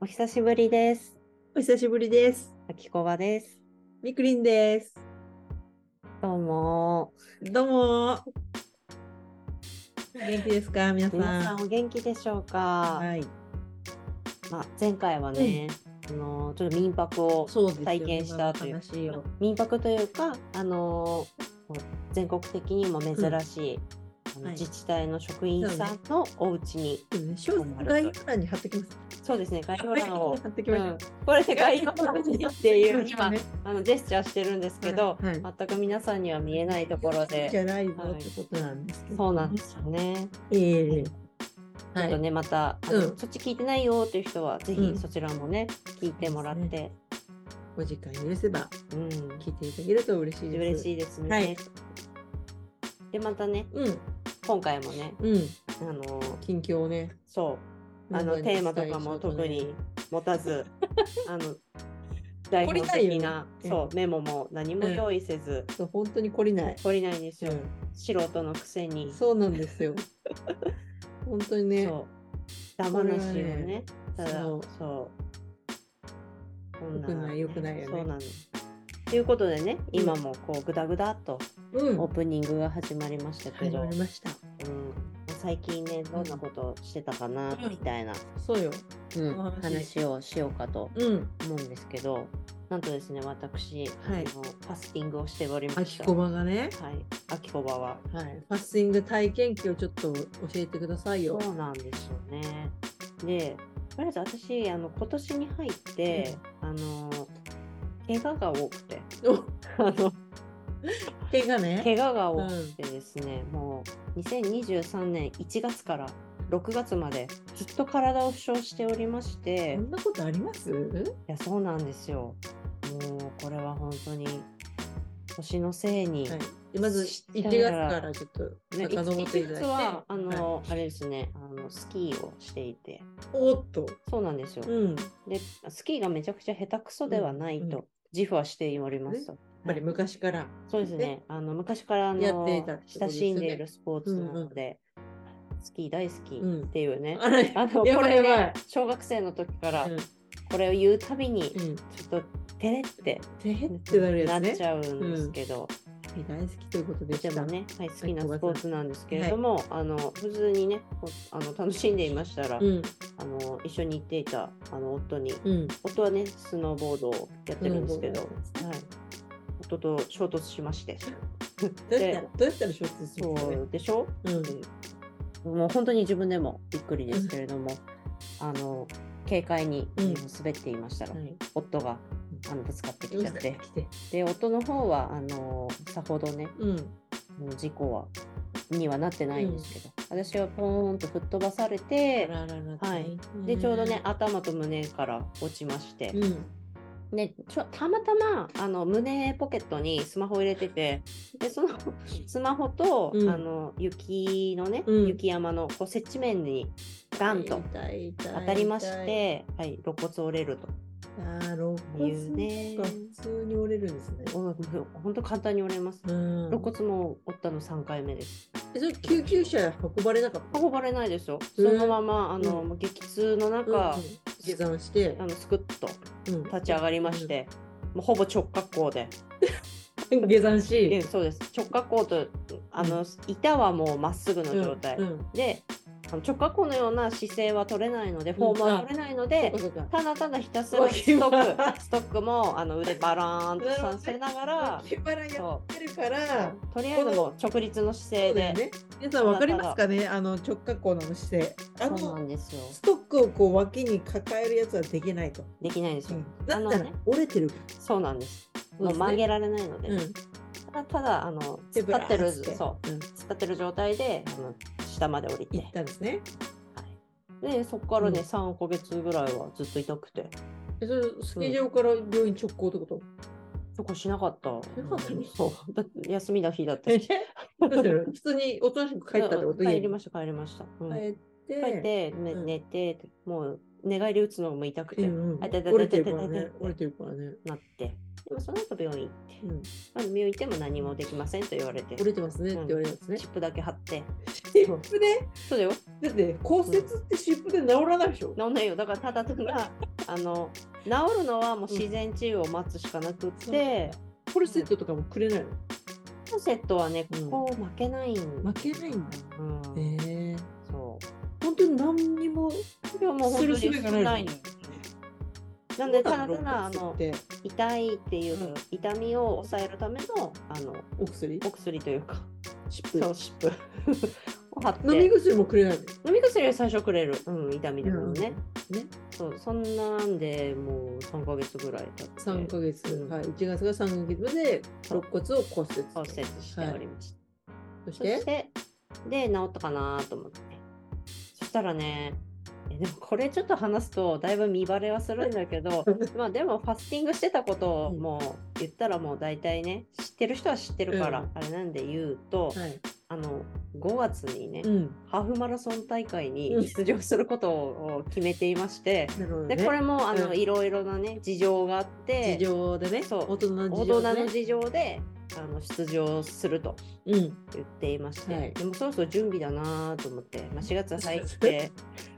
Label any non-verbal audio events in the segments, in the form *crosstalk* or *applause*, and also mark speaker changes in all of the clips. Speaker 1: お久しぶりです。
Speaker 2: お久しぶりです。
Speaker 1: あきこばです。
Speaker 2: みくりんです。
Speaker 1: どうも。
Speaker 2: どうもー。元気ですか、皆さん。
Speaker 1: 皆さんお元気でしょうか。
Speaker 2: はい。
Speaker 1: まあ、前回はね、あのちょっと民泊を
Speaker 2: そうですよ
Speaker 1: 体験したという
Speaker 2: 話を。
Speaker 1: 民泊というか、あのこう全国的にも珍しい、あの
Speaker 2: はい
Speaker 1: 自治体の職員さんのお家に、
Speaker 2: そうね詳細概要欄に貼ってきます。
Speaker 1: そうですね概要
Speaker 2: 概要
Speaker 1: 欄を
Speaker 2: 欄に、貼って
Speaker 1: う、
Speaker 2: きましょうん
Speaker 1: これで概要欄にって *laughs* いう
Speaker 2: 貼
Speaker 1: 今
Speaker 2: ってきましょね
Speaker 1: あのジェスチャーしてるんですけど、
Speaker 2: はいは
Speaker 1: 全く皆さんには見えないところ
Speaker 2: じ
Speaker 1: で。
Speaker 2: ゃないぞってことなんですけど。
Speaker 1: そうなんですよね。
Speaker 2: え
Speaker 1: ち
Speaker 2: え
Speaker 1: ょっと
Speaker 2: はい。
Speaker 1: ね、また、あの
Speaker 2: うん
Speaker 1: そっち聞いてないよという人は、ぜ
Speaker 2: う
Speaker 1: ひ
Speaker 2: ん
Speaker 1: そちらもね、聞いてもらって、
Speaker 2: お時間許せば
Speaker 1: うん、
Speaker 2: 聞いていただけると嬉しいです。
Speaker 1: 嬉
Speaker 2: い。
Speaker 1: しいですね。
Speaker 2: はい
Speaker 1: で、またね、
Speaker 2: うん。
Speaker 1: 今回もね、
Speaker 2: うん。
Speaker 1: あのー
Speaker 2: 近況をね。
Speaker 1: そう、あの、
Speaker 2: 皆
Speaker 1: テー
Speaker 2: さんに
Speaker 1: マとかも特に持たず、
Speaker 2: *laughs*
Speaker 1: あの、台
Speaker 2: 懲
Speaker 1: 本
Speaker 2: りないよ
Speaker 1: 的
Speaker 2: ね
Speaker 1: な、
Speaker 2: うん
Speaker 1: そう、メモも何も用意せず、
Speaker 2: そう。本当に懲りない。
Speaker 1: 取りないんですよ。
Speaker 2: う
Speaker 1: 素人のくせに
Speaker 2: ん。、そうなんですよ。本当にね。
Speaker 1: そう、ダマなしを
Speaker 2: これは
Speaker 1: ね
Speaker 2: ね、
Speaker 1: ただ、
Speaker 2: そ
Speaker 1: そうう。こん
Speaker 2: よくないよくないよね
Speaker 1: そうなの。ということでね、
Speaker 2: うん
Speaker 1: 今もこうグダグダっと
Speaker 2: うん
Speaker 1: オープニングが始まりましたけ
Speaker 2: 始
Speaker 1: ど、
Speaker 2: ま
Speaker 1: うん
Speaker 2: りました。
Speaker 1: 最近ねどんなことをしてたかな
Speaker 2: うん
Speaker 1: みたいな、
Speaker 2: そうよ。
Speaker 1: うん
Speaker 2: お話
Speaker 1: 話をしようかと
Speaker 2: うん。
Speaker 1: 思うんですけど、なんとですね私、
Speaker 2: はい
Speaker 1: あのファスティングをしておりま
Speaker 2: あ
Speaker 1: し
Speaker 2: き
Speaker 1: た。
Speaker 2: こばがね、
Speaker 1: はい、あきこばは。
Speaker 2: はい、ファスティング体験記をちょっと教えてくださいよ。
Speaker 1: そうなんですよね。で、とりあえず私、あの今年に入って、あの怪我が多くて、
Speaker 2: お
Speaker 1: あの *laughs*
Speaker 2: 怪我ね。
Speaker 1: 怪我が多くてですね、もう2023年1月から6月までずっと体を負傷しておりまして、
Speaker 2: そ
Speaker 1: い
Speaker 2: んなことあります
Speaker 1: やそうなんですよ。もうこれは本当に年のせいに、
Speaker 2: はい。まず
Speaker 1: 知っ
Speaker 2: 1
Speaker 1: たら
Speaker 2: 月からちょっと
Speaker 1: ね、
Speaker 2: 遡っていた
Speaker 1: 月
Speaker 2: だいて。
Speaker 1: はあ
Speaker 2: はい
Speaker 1: の、あれですねあのスキーをしていて
Speaker 2: おっと。
Speaker 1: そうなんですよ、
Speaker 2: うん。やっ
Speaker 1: でスキーがめちゃくちゃ下手くそではない
Speaker 2: うんう
Speaker 1: と自負はしておりますと、
Speaker 2: ぱり昔から。
Speaker 1: そうですねあの昔からあの
Speaker 2: やっていたってことですよ
Speaker 1: 親
Speaker 2: ね
Speaker 1: しんでいるスポーツなので、スキー大好きっていうね、
Speaker 2: あれ
Speaker 1: あの
Speaker 2: *laughs* や
Speaker 1: こ
Speaker 2: ばい
Speaker 1: れ
Speaker 2: やばい
Speaker 1: ね小学生の時からこれを言うたびに
Speaker 2: うん。うん。
Speaker 1: ちょっとてれって
Speaker 2: てへってなるやつね。
Speaker 1: っちゃうんですけど、
Speaker 2: 大好きということで
Speaker 1: で
Speaker 2: した。
Speaker 1: も
Speaker 2: ね、
Speaker 1: ね、はい、好きなスポーツなんですけれども、あの普通にねこうあの楽しんでいましたら、
Speaker 2: うん。
Speaker 1: あの一緒に行っていたあの夫に
Speaker 2: うん。
Speaker 1: 夫はねスノーボードをやってるんですけど、
Speaker 2: スノーボードなんですね
Speaker 1: はい、夫と衝突しまして
Speaker 2: どうやったら、どうやったら承知する
Speaker 1: そ
Speaker 2: んですかね
Speaker 1: うでしょ
Speaker 2: うん。
Speaker 1: もう本当に自分でもびっくりですけれども、あの軽快に、
Speaker 2: うん
Speaker 1: 滑っていましたら、
Speaker 2: はい。
Speaker 1: 夫があのぶつかってきちゃって、
Speaker 2: 来て。
Speaker 1: で夫の方はあのさほどね
Speaker 2: うん。
Speaker 1: もう事故はにはなってないんですけど、私はポーンと吹っ飛ばされて、
Speaker 2: あららら
Speaker 1: はい。でちょうどね、頭と胸から落ちまして
Speaker 2: う、ん。
Speaker 1: ね、ちょたまたまあの胸ポケットにスマホを入れててでそのスマホと、
Speaker 2: うん
Speaker 1: あの雪のね、
Speaker 2: うん
Speaker 1: 雪山のこう接地面にガンと
Speaker 2: 痛い痛い
Speaker 1: 当たりまし
Speaker 2: 痛い
Speaker 1: て、はい、肋骨折れると。
Speaker 2: ああ、肋
Speaker 1: い
Speaker 2: 骨
Speaker 1: うね
Speaker 2: が普通に折れるんですね。
Speaker 1: 本当簡単に折れます。
Speaker 2: うん
Speaker 1: 肋骨も折ったの3回目です。
Speaker 2: えそれ救急車運ばれなかった。
Speaker 1: 運ばれないですよ。
Speaker 2: え
Speaker 1: そ
Speaker 2: ー
Speaker 1: のままあの、
Speaker 2: う
Speaker 1: もう激痛の中、
Speaker 2: うんうん下山して
Speaker 1: あ、のスクッと
Speaker 2: うん
Speaker 1: 立ち上がりまし。て、もうほぼ直角行で、
Speaker 2: うん下山
Speaker 1: え
Speaker 2: し。
Speaker 1: そうです直角行とあの、
Speaker 2: う
Speaker 1: 板はもうまっすぐの状態、
Speaker 2: うんうん
Speaker 1: であの直角行のような姿勢は取れないのでフォームは取れないので、
Speaker 2: そうか
Speaker 1: ただただひたすらストックストックもあの腕バラーンとさせながら
Speaker 2: 脇腹や
Speaker 1: そ
Speaker 2: ってるか
Speaker 1: う
Speaker 2: ら。
Speaker 1: とりあえずもう直立の姿
Speaker 2: そ
Speaker 1: 勢
Speaker 2: うだよ
Speaker 1: で
Speaker 2: ね。皆さんわかりますかね。あの直角行の姿勢。あ
Speaker 1: そう,、な
Speaker 2: の
Speaker 1: んですよ
Speaker 2: ストックをこう脇に抱えるやつはできないと。
Speaker 1: できないんですよ、
Speaker 2: だ
Speaker 1: あ
Speaker 2: っ
Speaker 1: の
Speaker 2: た
Speaker 1: ね
Speaker 2: ら折れてるか
Speaker 1: そうなんです
Speaker 2: ら。
Speaker 1: もう曲
Speaker 2: る。
Speaker 1: げられないので、
Speaker 2: うん。
Speaker 1: ただただあの突
Speaker 2: で
Speaker 1: っ立ってる
Speaker 2: ブラーッ
Speaker 1: そう
Speaker 2: うん。
Speaker 1: 突っ立ってる状態であの下まで降りて
Speaker 2: 行ったんですね。
Speaker 1: でそこからね、
Speaker 2: うん
Speaker 1: 3ヶ月ぐらいはずっと痛くて
Speaker 2: えそれスキー場から病院直行ってこと、
Speaker 1: そこしなかったし
Speaker 2: なかったの
Speaker 1: そうだって休みの日だった
Speaker 2: え
Speaker 1: し
Speaker 2: どうする普通におとなしく帰ったってこと
Speaker 1: 帰りま
Speaker 2: し
Speaker 1: した帰りました、うん
Speaker 2: 帰って
Speaker 1: 帰って、ね
Speaker 2: うん
Speaker 1: 寝てもう寝返り打つのも痛くて、
Speaker 2: うんうん
Speaker 1: あ痛い痛い
Speaker 2: 折れてるから
Speaker 1: 痛い痛い
Speaker 2: ね
Speaker 1: 痛い
Speaker 2: 折れてるからね、
Speaker 1: なってでもその後病院行って、
Speaker 2: うん、
Speaker 1: まあ、病院行っても何もできませんと言われて
Speaker 2: 折れてますねって言われますね
Speaker 1: チップだけ貼って
Speaker 2: 湿布で
Speaker 1: そうだよ
Speaker 2: だって骨折って湿布で治らないでしょ
Speaker 1: 治んないよだからただただあの治るのはもう自然治癒を待つしかなくって、
Speaker 2: コルセットとかもくれないの、
Speaker 1: コルセットはね
Speaker 2: うん
Speaker 1: ここ負けないん
Speaker 2: 負けないんだ。
Speaker 1: うん
Speaker 2: へえ
Speaker 1: そう
Speaker 2: 本当に何にも
Speaker 1: でももう本当に
Speaker 2: する術
Speaker 1: 少
Speaker 2: が
Speaker 1: な
Speaker 2: ないい
Speaker 1: の
Speaker 2: の
Speaker 1: なんでただただあ
Speaker 2: ロッ
Speaker 1: の
Speaker 2: クスって
Speaker 1: 痛いっていう、
Speaker 2: うん
Speaker 1: 痛みを抑えるためのあの
Speaker 2: お薬
Speaker 1: お薬というか
Speaker 2: 湿布
Speaker 1: そう湿布 *laughs* を貼って
Speaker 2: 飲み薬もくれないの
Speaker 1: 飲み薬は最初くれる、うん、痛みでもね、
Speaker 2: ね
Speaker 1: そうそんなんでもう3ヶ月ぐらい経って
Speaker 2: 3ヶ月、
Speaker 1: うん
Speaker 2: はい、1月が3ヶ月まで肋骨を骨折
Speaker 1: 骨折しておりました、
Speaker 2: そし
Speaker 1: そしててで治ったかなと思ってそしたらねえでもこれちょっと話すとだいぶ見バレはするんだけ
Speaker 2: *laughs*
Speaker 1: どまあでもファスティングしてたことを
Speaker 2: うん
Speaker 1: もう言ったらもう大体ね知ってる人は知ってるから、
Speaker 2: うん
Speaker 1: あれなんで言うと、
Speaker 2: はい
Speaker 1: あの5月にね、
Speaker 2: うん
Speaker 1: ハーフマラソン大会に出場することを決めていまして、
Speaker 2: なるほどね
Speaker 1: でこれもあの、
Speaker 2: うん
Speaker 1: いろいろなね事情があって
Speaker 2: 事情でね
Speaker 1: そう
Speaker 2: 大人の
Speaker 1: 大
Speaker 2: 事情
Speaker 1: 人
Speaker 2: でね
Speaker 1: の事情であの出場すると
Speaker 2: うん
Speaker 1: 言っていまして、
Speaker 2: はい
Speaker 1: でもそろそろ準備だなと思って、まあ、4月入って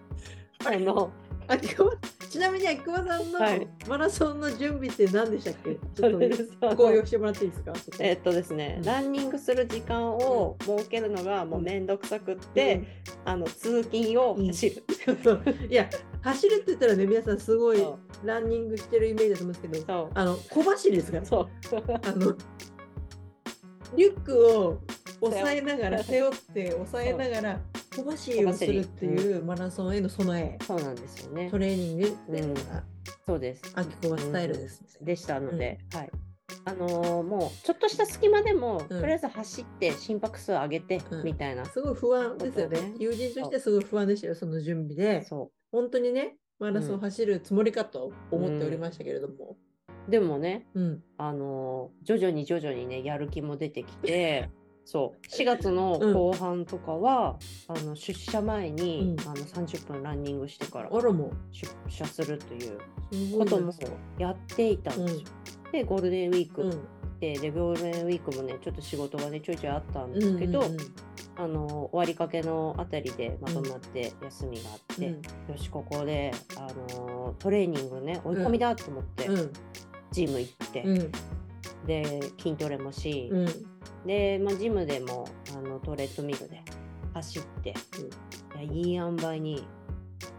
Speaker 1: *laughs* あの
Speaker 2: あきこちなみに秋熊さんの
Speaker 1: はい
Speaker 2: マラソンの準備って何でしたっ
Speaker 1: *laughs*
Speaker 2: け、ちょ
Speaker 1: それで
Speaker 2: っ
Speaker 1: さ
Speaker 2: と公表してもらっていいですか
Speaker 1: えっとですね、
Speaker 2: うん
Speaker 1: ランニングする時間を設けるのがもう面倒くさくって、
Speaker 2: で、
Speaker 1: あの通勤を走る、
Speaker 2: そう *laughs* いや走るって言ったらね皆さんすごい
Speaker 1: そう
Speaker 2: ランニングしてるイメージだと思うんですけど
Speaker 1: そう
Speaker 2: あの小走りですから
Speaker 1: そう
Speaker 2: あのリュックを押さえながら背負って押さえながら小走りをするっていうマラソンへの備え
Speaker 1: そうなんですよね
Speaker 2: トレーニングで
Speaker 1: うんそうです
Speaker 2: 秋子はスタイルですね、
Speaker 1: でしたので、はいあのーもうちょっとした隙間でも、
Speaker 2: うん
Speaker 1: とりあえず走って心拍数上げて、
Speaker 2: うん
Speaker 1: みたいな
Speaker 2: すごい不安です
Speaker 1: そ
Speaker 2: よ
Speaker 1: うだ
Speaker 2: ね
Speaker 1: ね
Speaker 2: 友人としてすごい不安でしたよその準備で
Speaker 1: そ
Speaker 2: 本当にねマラソ
Speaker 1: う
Speaker 2: ン
Speaker 1: ん
Speaker 2: 走るつもりかと思っておりましたけれども、
Speaker 1: うでもね
Speaker 2: うん
Speaker 1: あのー徐々に徐々にねやる気も出てき
Speaker 2: *laughs*
Speaker 1: てそう4月の後半とかは、あの出社前に、
Speaker 2: うん
Speaker 1: あの30分ランニングしてから
Speaker 2: あらも
Speaker 1: 出社するという
Speaker 2: うすご
Speaker 1: こ
Speaker 2: い
Speaker 1: とも
Speaker 2: ですね
Speaker 1: やっていたんですよ。でゴールデンウィー
Speaker 2: う
Speaker 1: ク
Speaker 2: ん
Speaker 1: 来て、でゴールデンウィークもねちょっと仕事がねちょいちょいあったんですけど、
Speaker 2: うんうん
Speaker 1: あの終わりかけのあたりでまとまって休みがあって、
Speaker 2: うん
Speaker 1: よしここで、あのートレーニングね追い込みだと思って、
Speaker 2: うん
Speaker 1: ジム行って、
Speaker 2: うん
Speaker 1: で筋トレもし、
Speaker 2: うん
Speaker 1: で、まあ、ジムでもあのトレッドミルで走って、いやいい塩梅に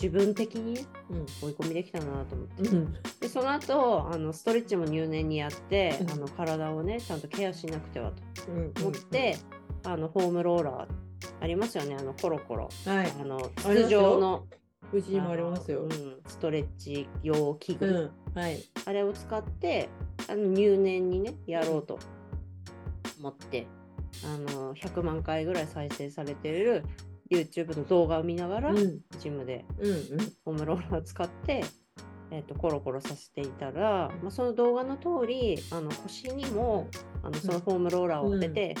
Speaker 1: 自分的にね
Speaker 2: うん
Speaker 1: 追い込みできたなと思って、
Speaker 2: うん
Speaker 1: でその後あのストレッチも入念にやって、
Speaker 2: うん
Speaker 1: あの体をねちゃんとケアしなくてはと
Speaker 2: うん
Speaker 1: 思って、あのホームローラーありますよねあのコロコロ
Speaker 2: はい
Speaker 1: あの
Speaker 2: あります
Speaker 1: 筒
Speaker 2: よ
Speaker 1: 状の
Speaker 2: うちにもありますよ
Speaker 1: あのうんストレッチ用器具、
Speaker 2: うんはい
Speaker 1: あれを使ってあの入念にねやろうと思って、あの100万回ぐらい再生されている YouTube の動画を見ながら、
Speaker 2: うんうん
Speaker 1: ジムで
Speaker 2: うん
Speaker 1: ホームローラーを使って、えっとコロコロさせていたら、まあ、その動画の通りあの腰にもあのそのホームローラーを当てて、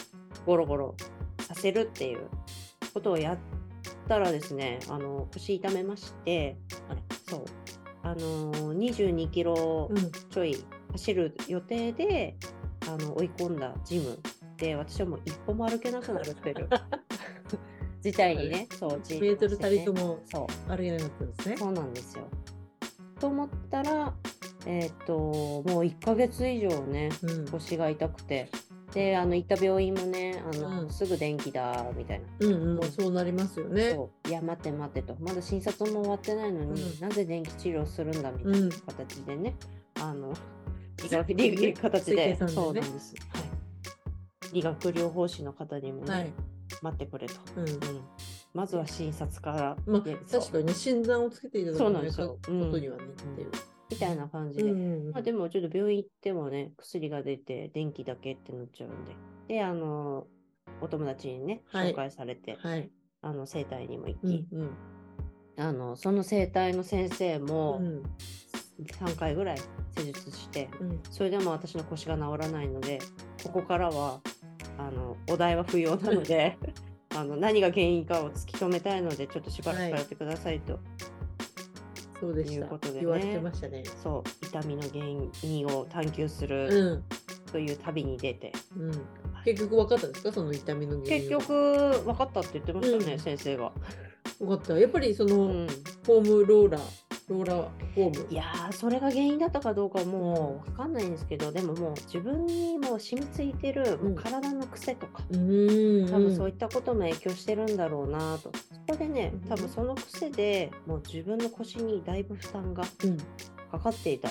Speaker 1: ゴロゴロさせるっていうことをやったらですねあの腰痛めまして
Speaker 2: あら
Speaker 1: そうあの22キロ
Speaker 2: うん
Speaker 1: ちょい走る予定で、あの追い込んだジムで私はもう一歩も歩けなくなるっていう
Speaker 2: *laughs*
Speaker 1: 事態にねそう
Speaker 2: 1メートルたりと
Speaker 1: も
Speaker 2: も
Speaker 1: そう
Speaker 2: 歩けなかったんですね
Speaker 1: *laughs* そうなんですよ。と思ったら、えっともう1ヶ月以上ね
Speaker 2: うん
Speaker 1: 腰が痛くてであの行った病院もねあの、
Speaker 2: うん
Speaker 1: すぐ電気だみたいな。
Speaker 2: うんうんそうなりますよね
Speaker 1: そういや待て待てとまだ診察も終わってないのに、
Speaker 2: うん
Speaker 1: なぜ電気治療するんだみたいな形でね、あの理学理理形で
Speaker 2: 整形さんでね
Speaker 1: そうなんです、はい、理学療法士の方にもね、
Speaker 2: はい
Speaker 1: 待ってくれと、
Speaker 2: うん
Speaker 1: うん、まずは診察から、
Speaker 2: まあ、
Speaker 1: でそう
Speaker 2: 確かに診断をつけていただく
Speaker 1: そう
Speaker 2: の
Speaker 1: なん
Speaker 2: ね
Speaker 1: です
Speaker 2: か
Speaker 1: よ
Speaker 2: ことにはねっていう。
Speaker 1: みたいな感じ
Speaker 2: う
Speaker 1: で、
Speaker 2: ん
Speaker 1: まあ、でもちょっと病院行ってもね薬が出て電気だけってなっちゃうんでであのお友達にね
Speaker 2: はい
Speaker 1: 紹介されて、
Speaker 2: はい。
Speaker 1: あの整体にも行
Speaker 2: うん
Speaker 1: き、あのその整体の先生
Speaker 2: うんう
Speaker 1: も
Speaker 2: ん
Speaker 1: 3回ぐらい施術して
Speaker 2: うん
Speaker 1: それでも私の腰が治らないのでここからはあのお題は不要なので *laughs* あの何が原因かを突き止めたいのでちょっとしばらく通ってくださいと、
Speaker 2: そうでし
Speaker 1: いう
Speaker 2: た
Speaker 1: ことでね
Speaker 2: 言われてましたね。
Speaker 1: そう痛みの原因を探求す
Speaker 2: う
Speaker 1: る
Speaker 2: ん
Speaker 1: という旅に出て。
Speaker 2: うん。結局分かったんですかその痛みの原因
Speaker 1: 結
Speaker 2: は。
Speaker 1: 局分かったって言ってましたね、
Speaker 2: うん
Speaker 1: 先生が。
Speaker 2: 分かった。やっぱりその、
Speaker 1: うん、
Speaker 2: ホームローラーローラーフォーム
Speaker 1: いやーそれが原因だったかどうかはもう分かんないんですけどでももう自分にもう染みついてるもう体の癖とか、
Speaker 2: うん
Speaker 1: 多分そういったことも影響してるんだろうなとそこでね多分その癖でもう自分の腰にだいぶ負担が
Speaker 2: うん
Speaker 1: かかっていた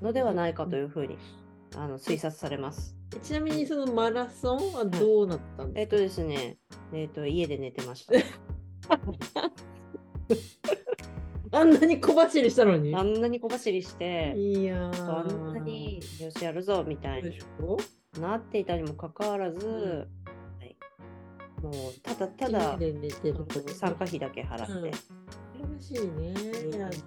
Speaker 1: のではないかというふうにあの推察されます。
Speaker 2: ちなみにそのマラソンはどうなったん
Speaker 1: え
Speaker 2: で
Speaker 1: っとですね、えっと家で寝てま *laughs* した。
Speaker 2: すか、あんなに小走りしたのに
Speaker 1: あんなに小走りして、
Speaker 2: いやー
Speaker 1: あんなによしやるぞみたい
Speaker 2: そうで
Speaker 1: に
Speaker 2: しょ
Speaker 1: なっていたにもかかわらず、
Speaker 2: ん
Speaker 1: はい、もうただただ
Speaker 2: 家で寝てるとこ
Speaker 1: 参加費だけ払って、
Speaker 2: 羨ましいね、
Speaker 1: うん
Speaker 2: いやつ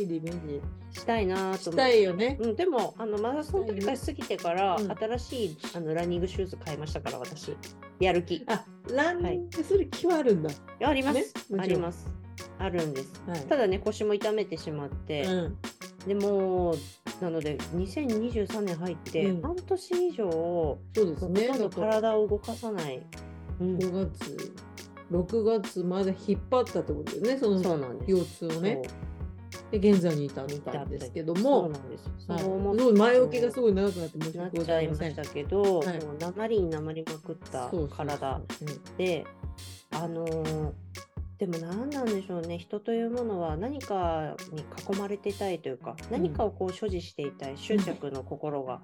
Speaker 2: いリベンジ
Speaker 1: したいなと
Speaker 2: し
Speaker 1: 思ったて。
Speaker 2: いよね
Speaker 1: うん、でもあのマラソン大会過ぎてから、
Speaker 2: うん
Speaker 1: 新しいあのランニングシューズ買いましたから私やる気
Speaker 2: あランニングする気はあるんだ、
Speaker 1: あります、
Speaker 2: ねもちろん
Speaker 1: ありますあるんです
Speaker 2: はい
Speaker 1: ただね腰も痛めてしまって、
Speaker 2: うん
Speaker 1: でもうなので2023年入って
Speaker 2: うん
Speaker 1: 半年以上、
Speaker 2: そうです
Speaker 1: ほ
Speaker 2: ね
Speaker 1: とんど
Speaker 2: だから
Speaker 1: 体を動かさない、うん
Speaker 2: 5月6月まで引っ張ったってことだよねそ
Speaker 1: そ
Speaker 2: の
Speaker 1: うなんです
Speaker 2: 腰痛をねで現在に至ったんですけど
Speaker 1: そう
Speaker 2: も
Speaker 1: なんです
Speaker 2: はい
Speaker 1: そう思っ
Speaker 2: そう前置きがすごい長くなって申し
Speaker 1: なっ
Speaker 2: 訳ご
Speaker 1: ち
Speaker 2: ざ
Speaker 1: ゃ
Speaker 2: い
Speaker 1: い
Speaker 2: ま
Speaker 1: ま
Speaker 2: せん
Speaker 1: したけど、
Speaker 2: はい
Speaker 1: もう鉛に鉛まくった
Speaker 2: そうそうそう
Speaker 1: 体であのーでも何なんでしょうね人というものは何かに囲まれていたいというか何かをこう所持していたい執着の心が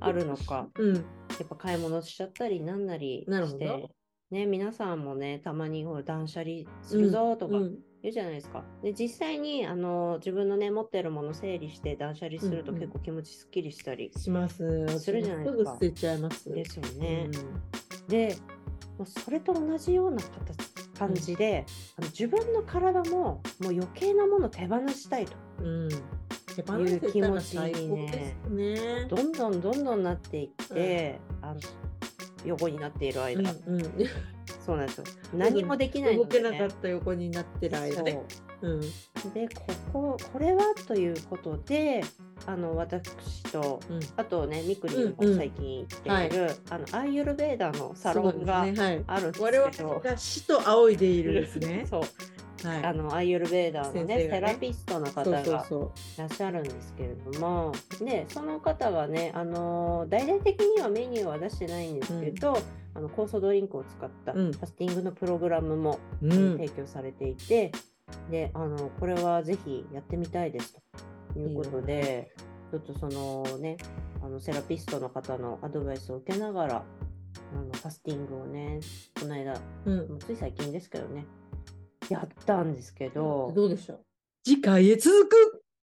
Speaker 1: あるのか
Speaker 2: うん、うん
Speaker 1: やっぱ買い物しちゃったりなんなり
Speaker 2: なるほ
Speaker 1: し
Speaker 2: ど
Speaker 1: て、ね、皆さんもねたまにほら断捨離するぞとか
Speaker 2: うん
Speaker 1: 言うじゃないですか。で実際にあの自分のね持ってるもの整理して断捨離すると
Speaker 2: うんうん
Speaker 1: 結構気持ちすっきりしたり
Speaker 2: します
Speaker 1: するじゃないですか
Speaker 2: すぐ捨てちゃいます
Speaker 1: ですよね。
Speaker 2: うん
Speaker 1: でもうそれと同じような形感じで、あの自分の体ももう余計なもの手放したいと
Speaker 2: うん。手放せたら最高ですね。
Speaker 1: どんどんどんどんなっていって、あの横になっている
Speaker 2: う
Speaker 1: 間、
Speaker 2: んうん、
Speaker 1: そうなんですよ何もできないの
Speaker 2: 動け
Speaker 1: で、
Speaker 2: な
Speaker 1: ね
Speaker 2: か、った横になってる間ね。うん
Speaker 1: そうでこここれはということであの私と
Speaker 2: うん
Speaker 1: あとねみくりん
Speaker 2: うんう
Speaker 1: も
Speaker 2: ん
Speaker 1: 最近行っている、あのアイユルベーダーのサロンが
Speaker 2: そうですねはい。
Speaker 1: あるんですけ
Speaker 2: 我
Speaker 1: ど、。
Speaker 2: 々が死と仰いでいるですね
Speaker 1: そう
Speaker 2: はい。
Speaker 1: あのアイユルベーダーのね
Speaker 2: 先生が
Speaker 1: セ
Speaker 2: ね
Speaker 1: ラピストの方
Speaker 2: そうそう
Speaker 1: が
Speaker 2: そう。
Speaker 1: いらっしゃるんですけれどもでその方はね、あのー大々的にはメニューは出してないんですけど、あの酵素ドリンクを使った
Speaker 2: うん
Speaker 1: ファスティングのプログラムも、
Speaker 2: う
Speaker 1: えー
Speaker 2: ん
Speaker 1: 提。供されていてであのこれはぜひやってみたいですということで。
Speaker 2: いいよ
Speaker 1: ちょっとそのね、あのセラピストの方のアドバイスを受けながら、あのファスティングをね、この間、
Speaker 2: うん。
Speaker 1: もうつい最近ですけどね、やったんですけど、
Speaker 2: どうでしょう。次回へ続く。